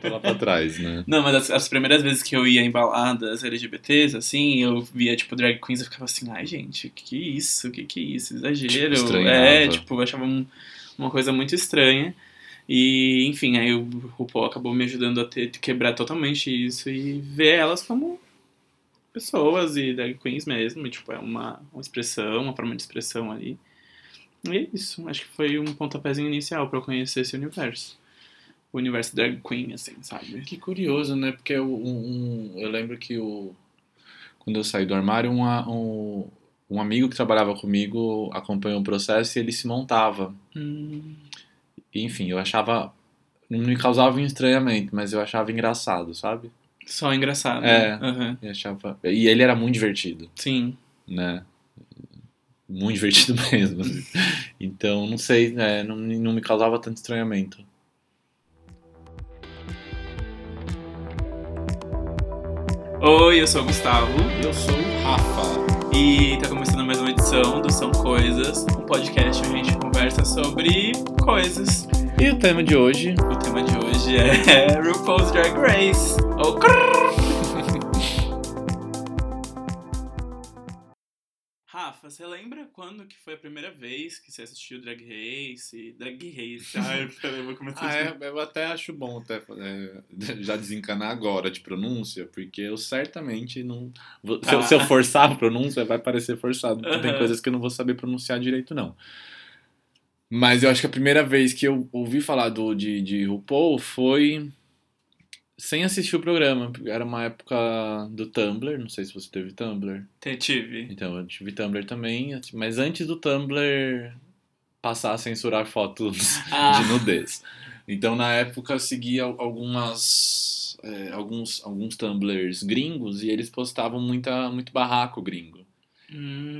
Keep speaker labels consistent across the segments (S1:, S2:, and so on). S1: tá lá pra trás, né?
S2: Não, mas as, as primeiras vezes que eu ia em baladas LGBTs, assim, eu via, tipo, drag queens e ficava assim, ai, gente, que que é isso? Que que é isso? Exagero.
S1: Tipo,
S2: é,
S1: estranhava.
S2: tipo, eu achava um- uma coisa muito estranha. E, enfim, aí o RuPaul acabou me ajudando a ter, quebrar totalmente isso e ver elas como pessoas e drag queens mesmo. E, tipo, é uma, uma expressão, uma forma de expressão ali. E é isso. Acho que foi um pontapézinho inicial pra eu conhecer esse universo. O universo drag queen, assim, sabe?
S1: Que curioso, né? Porque eu, um, um- eu lembro que o, quando eu saí do armário, uma- um, um amigo que trabalhava comigo acompanhou o processo e ele se montava.
S2: Hum,
S1: E, enfim, eu achava. Não me causava um estranhamento, mas eu achava engraçado, sabe?
S2: só engraçado.
S1: É.
S2: né? Aham,
S1: Eu achava... E ele era muito divertido,
S2: Sim.
S1: né? Muito divertido mesmo. assim. Então, não sei, né? não, me- não me causava tanto estranhamento.
S2: Oi, eu sou o Gustavo
S1: Eu sou o Rafa.
S2: e tá começando mais uma edição do São Coisas, um podcast onde a gente conversa sobre coisas.
S1: E o tema de hoje
S2: O tema de hoje é RuPaul's Drag Race. Ou crrr. Rafa, você lembra quando que foi a primeira vez que você assistiu Drag Race? Drag Race. Ai, peraí, eu vou começar
S1: Ah,
S2: de
S1: é, eu até acho bom até, é, já desencanar agora de pronúncia, porque eu certamente não. vou- Se, eu-
S2: Ah.
S1: se eu forçar a pronúncia, vai parecer forçado. porque Tem
S2: Aham.
S1: coisas que eu não vou saber pronunciar direito, não. Mas eu acho que a primeira vez que eu ouvi falar do, de, de RuPaul foi sem assistir o programa. porque Era uma época do Tumblr, não sei se você teve Tumblr.
S2: Te- Tive.
S1: Então, eu tive Tumblr também, mas antes do Tumblr passar a censurar fotos
S2: Ah.
S1: de nudez. Então, na época, eu seguia al- algumas, é, alguns, alguns Tumblrs gringos e eles postavam muita, muito barraco gringo.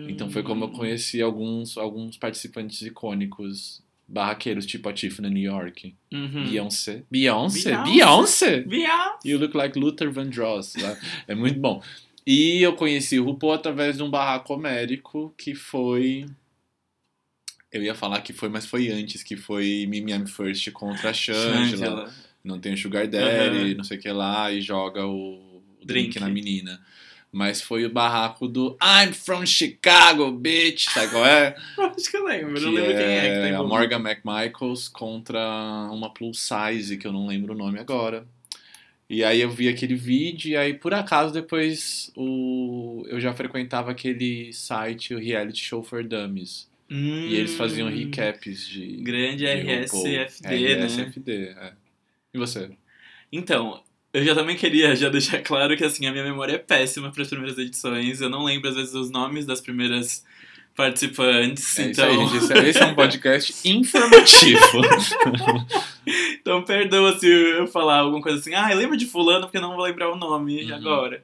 S1: Então, foi como eu
S2: Hum.
S1: conheci alguns, alguns participantes icônicos barraqueiros, tipo a Tiffany New York,
S2: Uhum.
S1: Beyoncé. Beyoncé?
S2: Beyoncé.
S1: Beyoncé!
S2: Via-
S1: You look like Luther Vandross. Né? É muito bom. E eu conheci o RuPaul através de um barraco homérico que foi. Eu ia falar que foi, mas foi antes, que foi Mimi I'm First contra a Shangela.
S2: Shangela.
S1: Não tem o Sugar Daddy,
S2: Aham.
S1: não sei o que lá, e joga o o drink,
S2: Drink.
S1: na menina. Mas foi o barraco do I'm from Chicago, bitch! Sabe qual é?
S2: Acho que eu lembro,
S1: que
S2: não lembro quem é que tá
S1: a
S2: envolvido.
S1: Morgan McMichaels contra uma plus size, que eu não lembro o nome agora. E aí eu vi aquele vídeo, e aí por acaso depois o... eu já frequentava aquele site, o Reality Show for Dummies.
S2: Hum,
S1: E eles faziam recaps de.
S2: Grande
S1: de
S2: RSFD,
S1: RuPaul.
S2: né?
S1: RSFD, é. E você? É
S2: Então, eu já também queria já deixar claro que assim, a minha memória é péssima para as primeiras edições. Eu não lembro, às vezes, os nomes das primeiras participantes.
S1: É isso
S2: então,
S1: aí, gente. Esse é- Esse é um podcast informativo.
S2: então, perdoa se eu falar alguma coisa assim. Ah, eu lembro de fulano porque eu não vou lembrar o nome
S1: Uhum.
S2: agora.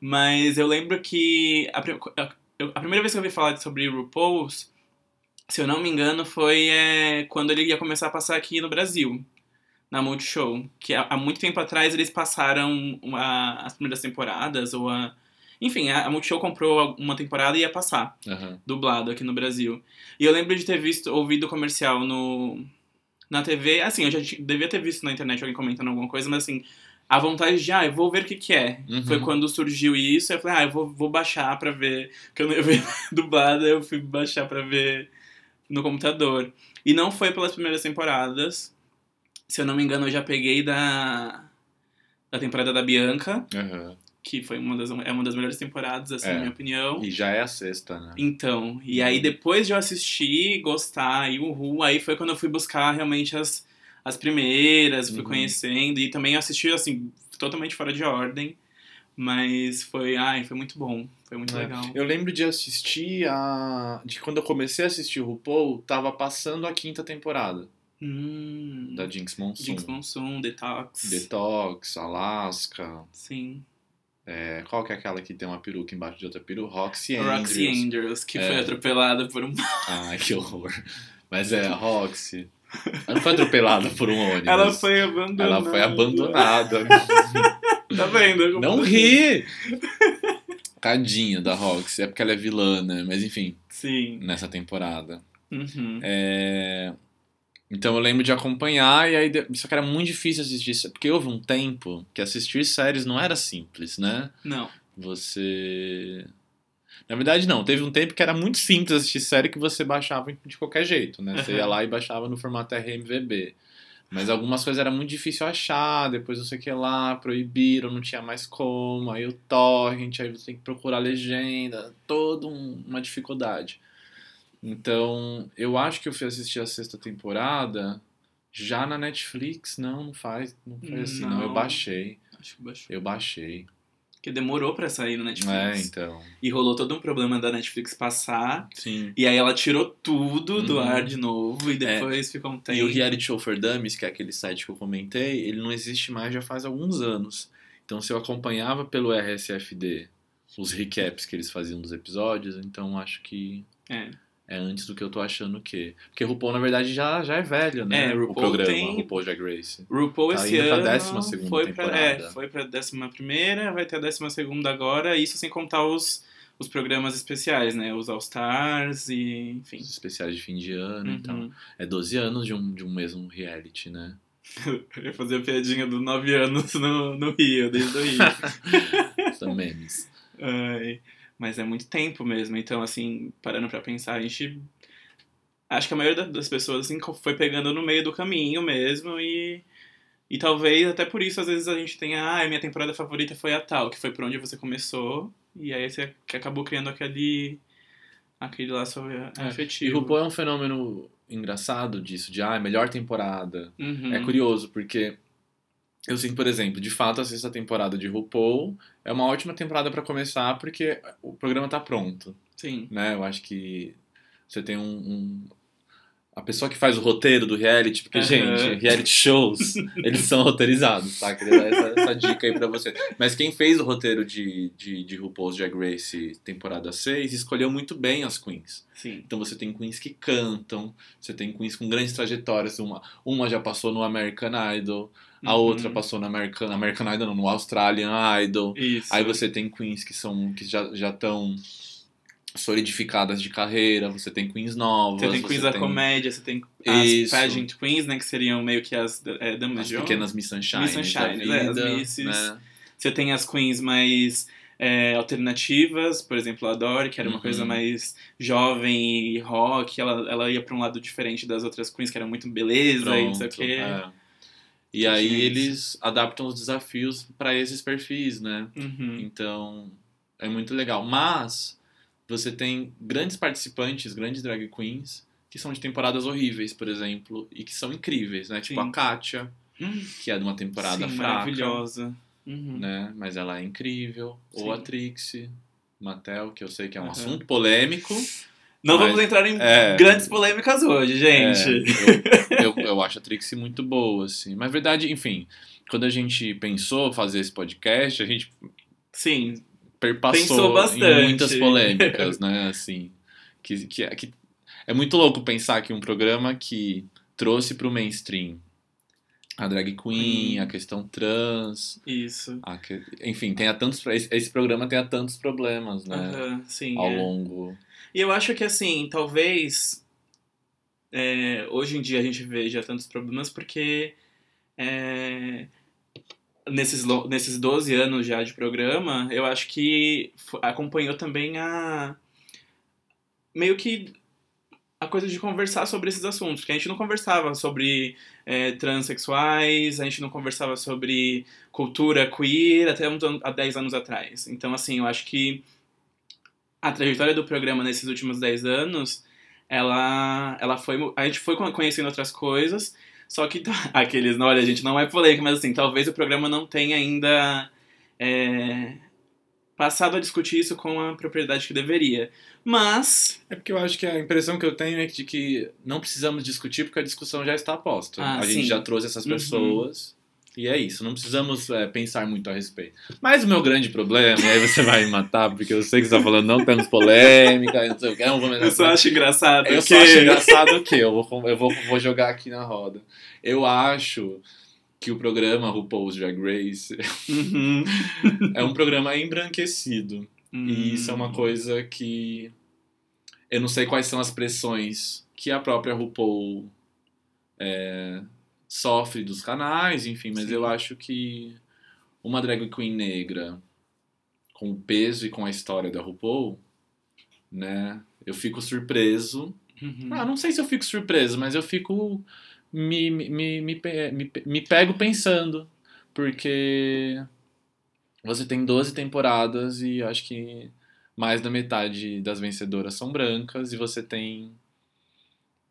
S2: Mas eu lembro que a, prim- a- eu- a primeira vez que eu ouvi falar sobre RuPaul's, se eu não me engano, foi é, quando ele ia começar a passar aqui no Brasil. na Multishow, que há, há muito tempo atrás eles passaram uma- as primeiras temporadas, ou a. Enfim, a, a Multishow comprou uma temporada e ia passar,
S1: Aham.
S2: dublado aqui no Brasil. E eu lembro de ter visto, ouvido o comercial no, na TV, assim, eu já ti- devia ter visto na internet alguém comentando alguma coisa, mas assim, a vontade de, ah, eu vou ver o que que é.
S1: Uhum.
S2: Foi quando surgiu isso, eu falei, ah, eu vou, vou baixar pra ver, porque eu não ia ver dublada, eu fui baixar pra ver no computador. E não foi pelas primeiras temporadas, se eu não me engano, eu já peguei da, da temporada da Bianca,
S1: Aham.
S2: que foi uma das, é uma das melhores temporadas, assim,
S1: É.
S2: na minha opinião.
S1: E já é a sexta, né?
S2: Então, e aí depois de eu assistir, gostar e uhul, aí foi quando eu fui buscar realmente as, as primeiras, fui
S1: Uhum.
S2: conhecendo e também eu assisti, assim, totalmente fora de ordem, mas foi, ai, foi muito bom, foi muito
S1: É.
S2: legal.
S1: Eu lembro de assistir a. De quando eu comecei a assistir o RuPaul, tava passando a quinta temporada
S2: Hum,
S1: da Jinx Monsoon.
S2: Jinx Monsoon, Detox,
S1: Detox, Alaska.
S2: sim.
S1: é, qual que é aquela que tem uma peruca embaixo de outra peruca? Roxy Andrews.
S2: Roxy Andrews, que
S1: É.
S2: foi atropelada por um...
S1: Ai, que horror. Mas é, a Roxy. Ela não foi atropelada por um ônibus.
S2: Ela foi abandonada.
S1: Ela foi abandonada.
S2: Tá vendo?
S1: não ri! Tadinha da Roxy. É porque ela é vilã, né? Mas enfim,
S2: Sim.
S1: É. nessa temporada.
S2: Uhum.
S1: É, Então eu lembro de acompanhar, e aí. de- Só que era muito difícil assistir. Porque houve um tempo que assistir séries não era simples, né?
S2: Não.
S1: Você. Na verdade, não. Teve um tempo que era muito simples assistir série que você baixava de qualquer jeito, né? Você ia lá e baixava no formato RMVB. Mas algumas coisas era muito difícil achar, depois não sei o que lá, proibiram, não tinha mais como, aí o torrent, aí você tem que procurar legenda, toda um- uma dificuldade. Então, eu acho que eu fui assistir a sexta temporada já na Netflix, não, não faz, não foi assim, não, eu
S2: Não.
S1: baixei,
S2: Acho que baixou.
S1: eu baixei.
S2: Porque demorou pra sair no
S1: É,
S2: Netflix.
S1: então,
S2: E rolou todo um problema da Netflix passar.
S1: sim.
S2: E aí ela tirou tudo do
S1: Uhum.
S2: ar de novo. E depois ficou um tempo.
S1: E o Reality Show for Dummies, que é aquele site que eu comentei, ele não existe mais já faz alguns anos. Então, se eu acompanhava pelo RSFD os recaps que eles faziam dos episódios, então acho que
S2: É.
S1: é antes do que eu tô achando que. Porque RuPaul, na verdade, já, já é velho, né?
S2: É,
S1: o
S2: RuPaul
S1: programa,
S2: tem-
S1: RuPaul Drag Race.
S2: RuPaul
S1: Tá
S2: esse
S1: indo pra
S2: ano
S1: 12ª
S2: foi pra, é,
S1: temporada.
S2: foi pra 11ª, vai ter a 12ª agora, isso sem contar os, os programas especiais, né? Os All Stars e enfim.
S1: Os especiais de fim de ano e tal.
S2: Uhum.
S1: É 12 anos de um, de um mesmo reality, né?
S2: Eu ia fazer a piadinha dos 9 anos no, no Rio, desde o Rio.
S1: São memes.
S2: Ai, mas é muito tempo mesmo, então assim, parando pra pensar, a gente... Acho que a maioria da- das pessoas assim, foi pegando no meio do caminho mesmo e... E talvez até por isso, às vezes, a gente tenha, ah, minha temporada favorita foi a tal, que foi por onde você começou, e aí você que acabou criando aquele, aquele laço
S1: É, E
S2: afetivo.
S1: RuPaul é um fenômeno engraçado disso, de, ah, melhor temporada,
S2: Uhum.
S1: É curioso, porque eu sinto, por exemplo, de fato a sexta temporada de RuPaul é uma ótima temporada pra começar, porque o programa tá pronto,
S2: Sim.
S1: né? Eu acho que você tem um. um- A pessoa que faz o roteiro do reality, porque,
S2: Aham.
S1: gente, reality shows, eles são roteirizados, tá? Queria dar essa, essa dica aí pra você. Mas quem fez o roteiro de, de, de RuPaul's Drag Race temporada 6 escolheu muito bem as queens.
S2: Sim.
S1: Então você tem queens que cantam, você tem queens com grandes trajetórias. Uma, uma já passou no American Idol, a
S2: Uhum.
S1: outra passou no American, American Idol, não, no Australian Idol.
S2: Isso.
S1: Aí você tem queens que são que já já estão solidificadas de carreira, você tem queens novas,
S2: Você tem Queens da Comédia, você tem as
S1: Isso.
S2: Pageant Queens, né? Que seriam meio que as é, damas
S1: as
S2: de honra.
S1: pequenas Miss Sunshine,
S2: Miss Sunshines, é, as misses.
S1: né?
S2: Você tem as Queens mais é, alternativas, por exemplo, a Dory, que era uma
S1: Uhum.
S2: coisa mais jovem e rock. Ela, ela ia pra um lado diferente das outras Queens, que era muito beleza e não sei o
S1: Pronto,
S2: quê.
S1: é. E
S2: Então,
S1: aí
S2: gente.
S1: eles adaptam os desafios pra esses perfis, né?
S2: Uhum.
S1: Então, é muito legal. Mas, você tem grandes participantes, grandes drag queens, que são de temporadas horríveis, por exemplo, e que são incríveis, né? Tipo
S2: Sim.
S1: a Kátia, que é de uma temporada
S2: Sim,
S1: fraca,
S2: maravilhosa. Uhum.
S1: né? Mas ela é incrível. Ou a
S2: Sim.
S1: Trixie, Matel, que eu sei que é um
S2: Aham.
S1: assunto polêmico.
S2: Não
S1: Mas-
S2: vamos entrar em
S1: É.
S2: grandes polêmicas hoje, gente.
S1: É, eu, eu, eu acho a Trixie muito boa, assim. Mas, na verdade, enfim, quando a gente pensou fazer esse podcast, a gente
S2: Sim, Pensou
S1: perpassou
S2: bastante.
S1: em muitas polêmicas, né? Assim, que, que, que- é muito louco pensar que um programa que trouxe pro mainstream a drag queen,
S2: Queen.
S1: a questão trans,
S2: isso.
S1: a que- enfim, tenha tantos esse, esse programa tenha tantos problemas, né?
S2: Aham, sim.
S1: Ao
S2: é.
S1: longo.
S2: E eu acho que assim, talvez é, hoje em dia a gente veja tantos problemas porque é, nesses, lo- nesses 12 anos já de programa, eu acho que fo- acompanhou também a. meio que a coisa de conversar sobre esses assuntos, porque a gente não conversava sobre é, transexuais, a gente não conversava sobre cultura queer até uns an- há 10 anos atrás. Então, assim, eu acho que a trajetória do programa nesses últimos 10 anos, ela, ela foi. A gente foi conhecendo outras coisas, só que tá- aqueles, não, olha, a gente não é polêmica, mas assim, talvez o programa não tenha ainda é, passado a discutir isso com a propriedade que deveria. Mas.
S1: É porque eu acho que a impressão que eu tenho é de que não precisamos discutir porque a discussão já está posta.
S2: Ah,
S1: a
S2: sim.
S1: gente já trouxe essas
S2: Uhum.
S1: pessoas. E é isso, não precisamos é, pensar muito a respeito. Mas o meu grande problema, e aí você vai me matar, porque eu sei que você tá falando, não temos polêmica, não sei o que, não vou me
S2: Eu só acho engraçado.
S1: É eu
S2: que...
S1: só acho engraçado o quê? Eu, vou, eu vou, vou jogar aqui na roda. Eu acho que o programa RuPaul's Drag Race
S2: Uhum.
S1: é um programa embranquecido. E isso é
S2: Hum.
S1: uma coisa que eu não sei quais são as pressões que a própria RuPaul é, sofre dos canais, enfim, mas
S2: Sim.
S1: eu acho que uma drag queen negra com o peso e com a história da RuPaul, né? Eu fico surpreso.
S2: Uhum.
S1: Ah, não sei se eu fico surpreso, mas eu fico me, me, me, me, pe- me pe- me pego pensando, porque você tem 12 temporadas e acho que mais da metade das vencedoras são brancas e você tem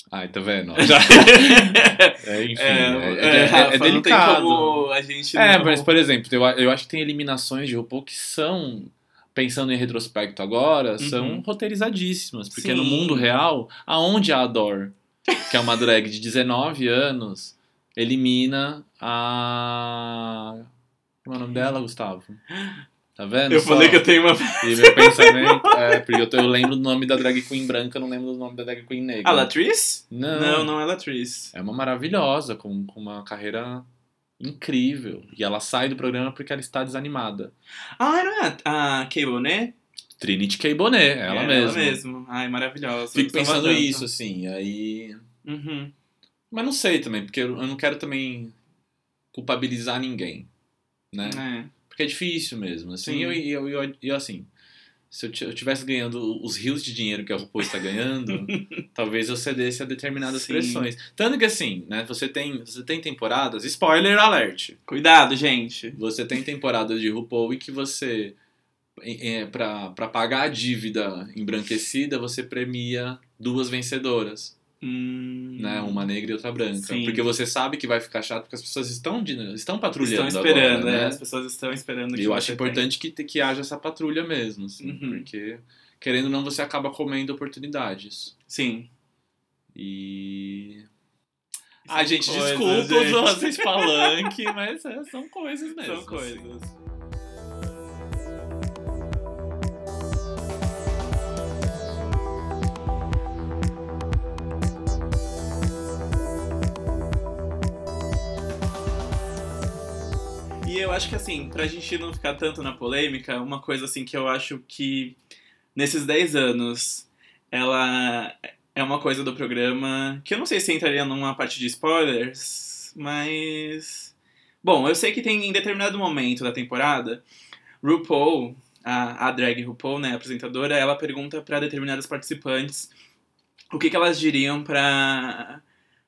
S1: Ai, tá vendo? ó. É, enfim, é,
S2: É,
S1: é,
S2: é,
S1: é- é
S2: Rafa, não tem
S1: delicado.
S2: como a gente
S1: É,
S2: não-
S1: mas por exemplo, eu, a- eu acho que tem eliminações de RuPaul que são, pensando em retrospecto agora, são
S2: Uhum.
S1: roteirizadíssimas. Porque
S2: Sim.
S1: no mundo real, aonde a Ador, que é uma drag de 19 anos, elimina a. Como é o nome dela, Gustavo? Tá vendo?
S2: Eu
S1: só?
S2: falei que eu tenho uma.
S1: E meu pensamento. É, porque eu, tô- eu lembro do nome da drag queen branca, eu não lembro do nome da drag queen negra.
S2: A Latrice?
S1: Não,
S2: Não, não é Latrice.
S1: é uma maravilhosa, com, com uma carreira incrível. E ela sai do programa porque ela está desanimada.
S2: Ah, não é a a Cable, né?
S1: Trinity K. Bonet,
S2: É,
S1: ela mesma.
S2: Ela mesmo. Ai, maravilhosa.
S1: Fico
S2: Gostava
S1: pensando
S2: tanto.
S1: isso, assim, aí...
S2: Uhum.
S1: Mas não sei também, porque eu eu não quero também culpabilizar ninguém, né?
S2: É.
S1: Porque é difícil mesmo, assim,
S2: Sim.
S1: eu, eu, eu, eu, assim... Se eu ti- eu tivesse ganhando os rios de dinheiro que a RuPaul está ganhando, talvez eu cedesse a determinadas
S2: Sim.
S1: pressões. Tanto que assim, né, você tem, você tem temporadas, spoiler alert,
S2: Cuidado, gente.
S1: Você tem temporada de RuPaul e que você, é, pra pra pagar a dívida embranquecida, você premia duas vencedoras,
S2: Hum,
S1: né? Uma negra e outra branca.
S2: Sim.
S1: Porque você sabe que vai ficar chato porque as pessoas estão, de- estão patrulhando
S2: Estão esperando,
S1: agora,
S2: é,
S1: né?
S2: As pessoas estão esperando.
S1: E
S2: que
S1: eu
S2: você
S1: acho importante que, te- que haja essa patrulha mesmo, assim,
S2: Uhum.
S1: porque querendo ou não você acaba comendo oportunidades.
S2: tenha. Sim.
S1: E... Ah, gente,
S2: Coisas,
S1: desculpa os
S2: gente.
S1: nossos palanque, mas é, são coisas mesmo.
S2: São
S1: assim.
S2: coisas. E eu acho que assim, pra gente não ficar tanto na polêmica, uma coisa assim que eu acho que nesses 10 anos ela é uma coisa do programa que eu não sei se entraria numa parte de spoilers, mas bom, eu sei que tem em determinado momento da temporada, RuPaul, a, a drag RuPaul, né, a apresentadora, ela pergunta pra determinadas participantes o que, que elas diriam pra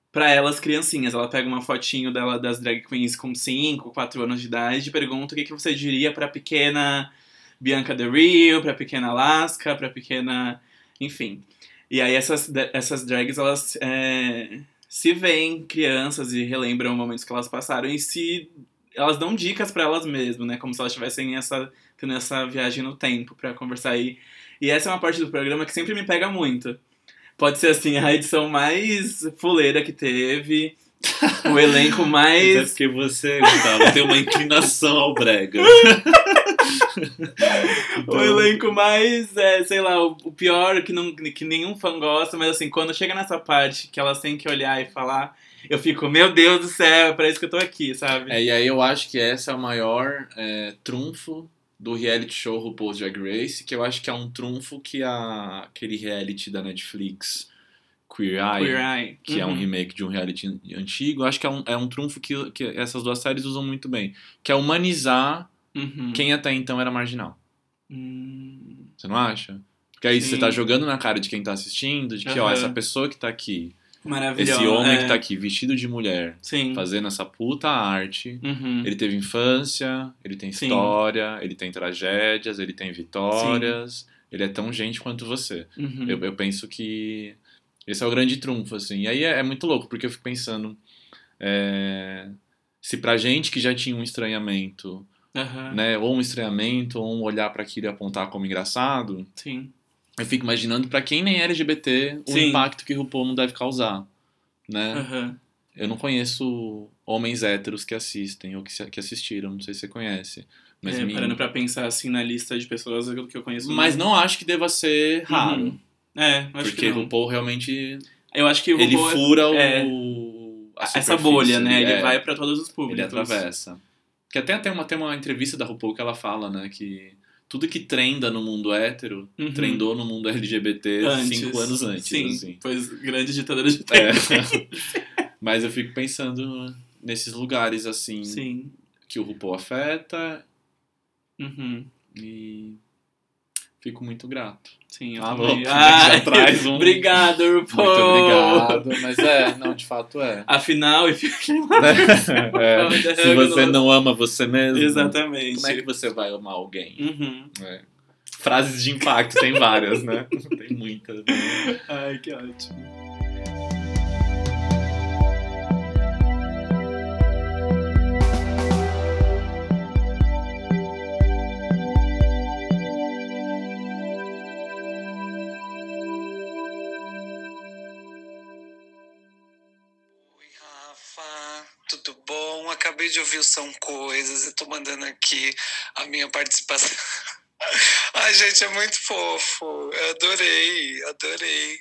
S2: para elas criancinhas. Ela pega uma fotinho dela das drag queens com 5, 4 anos de idade e pergunta o que, que você diria pra pequena Bianca Del Rio, pra pequena Alaska, pra pequena. Enfim. E aí essas, essas drags, elas é, se veem crianças e relembram momentos que elas passaram e se. Elas dão dicas pra elas mesmas, né? Como se elas tivessem essa, tendo essa viagem no tempo pra conversar aí. E essa é uma parte do programa que sempre me pega muito. Pode ser assim, a edição mais fuleira que teve, o elenco
S1: Mas é
S2: mais.
S1: porque você, Gustavo, tem uma inclinação ao brega. Então,
S2: O elenco mais, é, sei lá, o o pior que, não, que nenhum fã gosta, mas assim, quando chega nessa parte que elas têm que olhar e falar, eu fico, meu Deus do céu, é pra isso que eu tô aqui, sabe?
S1: É, e aí eu acho que essa é o maior é, trunfo do reality show RuPaul's Drag Race, que eu acho que é um trunfo que a, aquele reality da Netflix, Queer Eye,
S2: Queer Eye. Uhum.
S1: que é um remake de um reality an- antigo, acho que é um, é um trunfo que, que essas duas séries usam muito bem, que é humanizar
S2: Uhum.
S1: quem até então era marginal.
S2: Hum.
S1: Você não acha? Porque aí você
S2: Sim.
S1: tá jogando na cara de quem tá assistindo, de que, ó,
S2: Aham.
S1: essa pessoa que tá aqui,
S2: Maravilhoso.
S1: esse homem
S2: é.
S1: que tá aqui vestido de mulher,
S2: Sim.
S1: fazendo essa puta arte,
S2: Uhum.
S1: ele teve infância, ele tem
S2: Sim.
S1: história, ele tem tragédias, ele tem vitórias, ele é tão gente quanto você.
S2: Uhum.
S1: Eu, eu penso que esse é o grande trunfo, assim. E aí é, é muito louco, porque eu fico pensando. é, Se pra gente que já tinha um estranhamento,
S2: Aham.
S1: né? Ou um estranhamento, ou um olhar pra aquilo e apontar como engraçado,
S2: Sim.
S1: eu fico imaginando pra quem nem é LGBT o
S2: Sim.
S1: impacto que RuPaul não deve causar, né?
S2: Aham.
S1: Eu não conheço homens héteros que assistem ou que, se- que assistiram, não sei se você conhece. Mas,
S2: É,
S1: me-
S2: Parando pra pensar assim na lista de pessoas aquilo que eu conheço.
S1: mas não acho que deva ser raro,
S2: Uhum. É, acho
S1: porque
S2: que não.
S1: RuPaul realmente
S2: Eu acho que o
S1: ele
S2: robô é-
S1: fura o,
S2: é.
S1: a
S2: essa
S1: superfície,
S2: bolha, né? Ele
S1: é,
S2: vai pra todos os
S1: ele
S2: públicos.
S1: atravessa. Que até tem uma, tem uma entrevista da RuPaul que ela fala, né, que tudo que trenda no mundo hétero,
S2: Uhum.
S1: trendou no mundo LGBT cinco anos antes,
S2: Sim,
S1: assim.
S2: pois grandes ditaduras de tempo.
S1: É. Mas eu fico pensando nesses lugares, assim,
S2: Sim.
S1: que o RuPaul afeta
S2: Uhum.
S1: e fico muito grato.
S2: Sim, eu
S1: Ah,
S2: também.
S1: bom, já
S2: Ai,
S1: traz um.
S2: Obrigado, RuPaul.
S1: Muito obrigado. Mas é, não, de fato é.
S2: Afinal, e fica
S1: É, Se você não ama você mesmo,
S2: um. Exatamente.
S1: como é que você vai amar alguém?
S2: Uhum.
S1: É. Frases de impacto, tem várias, né? Tem muitas. né?
S2: Ai, que ótimo.
S3: Oi, Rafa. Tudo bom? Acabei de ouvir o São Coisas e tô mandando aqui a minha participação. Ai, gente, é muito fofo. Eu adorei, adorei.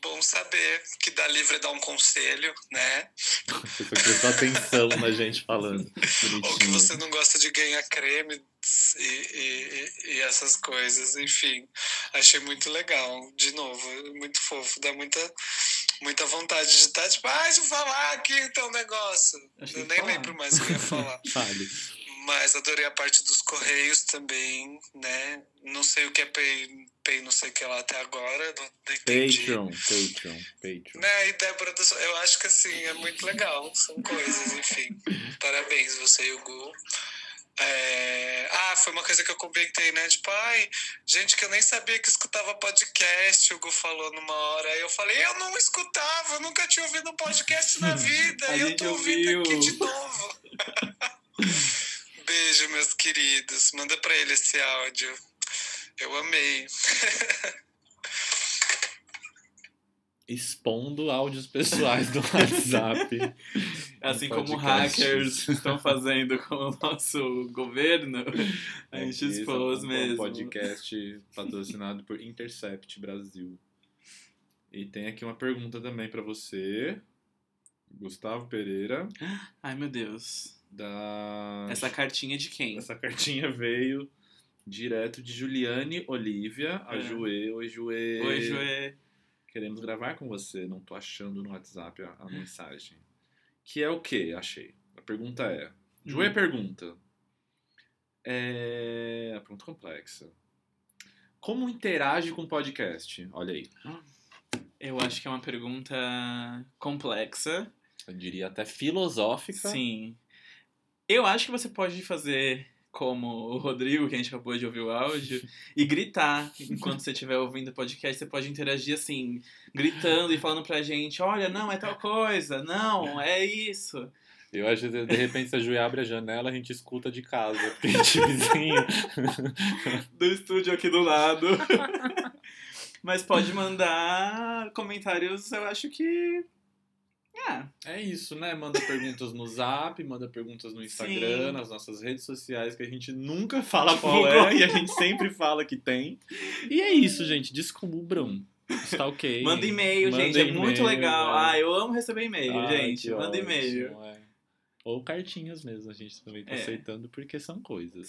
S3: Bom saber que dá livre dá um conselho, né?
S1: Você prestou atenção na gente falando.
S3: Ou que
S1: Bonitinho.
S3: você não gosta de ganhar creme e, e- e- e essas coisas. Enfim, achei muito legal. De novo, muito fofo. Dá muita, muita vontade de estar tipo, ah, deixa eu falar aqui, tem um negócio.
S2: Achei
S3: Eu
S2: que
S3: nem
S2: falar.
S3: lembro mais o que eu ia falar.
S1: Fale.
S3: Mas adorei a parte dos Correios também, né? Não sei o que é Pay, pay não sei o que lá até agora, não, não entendi.
S1: Patreon, Patreon, Patreon.
S3: Né? E Débora, do- eu acho que assim, é muito legal, são coisas, enfim. Parabéns, você e o Gu. É, Ah, foi uma coisa que eu comentei, né? Tipo, ai, gente que eu nem sabia que escutava podcast, o Gu falou numa hora. Aí eu falei, eu não escutava, eu nunca tinha ouvido um podcast na vida,
S2: A
S3: e eu
S2: gente
S3: tô ouvindo
S2: ouviu.
S3: aqui de novo. Beijo, meus queridos. Manda pra ele esse áudio. Eu amei.
S1: Expondo áudios pessoais do WhatsApp.
S2: Assim como
S1: Podcasts.
S2: hackers estão fazendo com o nosso governo, a gente
S1: É Isso,
S2: expôs
S1: um
S2: mesmo.
S1: podcast patrocinado por Intercept Brasil. E tem aqui uma pergunta também pra você, Gustavo Pereira,
S2: Ai, meu Deus.
S1: da
S2: Essa cartinha de quem?
S1: Essa cartinha veio direto de Juliane Olivia, a
S2: É.
S1: Juê. Oi, Juê.
S2: Oi, Joê.
S1: Queremos gravar com você, não tô achando no WhatsApp a, a mensagem. Que é o que, achei. A pergunta é. Joê
S2: Hum.
S1: pergunta. É. A pergunta complexa. Como interage com podcast? Olha aí.
S2: Eu acho que é uma pergunta complexa.
S1: Eu diria até filosófica.
S2: Sim. Eu acho que você pode fazer como o Rodrigo, que a gente acabou de ouvir o áudio, e gritar enquanto você estiver ouvindo o podcast. Você pode interagir assim, gritando e falando pra gente: olha, não, é tal coisa, não, é isso.
S1: Eu acho que de repente se a Juê abre a janela, a gente escuta de casa. Porque a gente é vizinho.
S2: Do estúdio aqui do lado. Mas pode mandar comentários, eu acho que. Ah,
S1: É isso, né? Manda perguntas no zap, manda perguntas no Instagram,
S2: Sim.
S1: nas nossas redes sociais, que a gente nunca fala qual é e a gente sempre fala que tem. E é isso, gente. Descubram. Está ok.
S2: Manda e-mail,
S1: Manda
S2: gente. É muito
S1: e-mail,
S2: legal.
S1: é.
S2: Ah, eu amo receber e-mail,
S1: Ai,
S2: gente.
S1: que
S2: Manda e-mail.
S1: ótimo, é. Ou cartinhas mesmo, a gente também tá
S2: É.
S1: aceitando porque são coisas.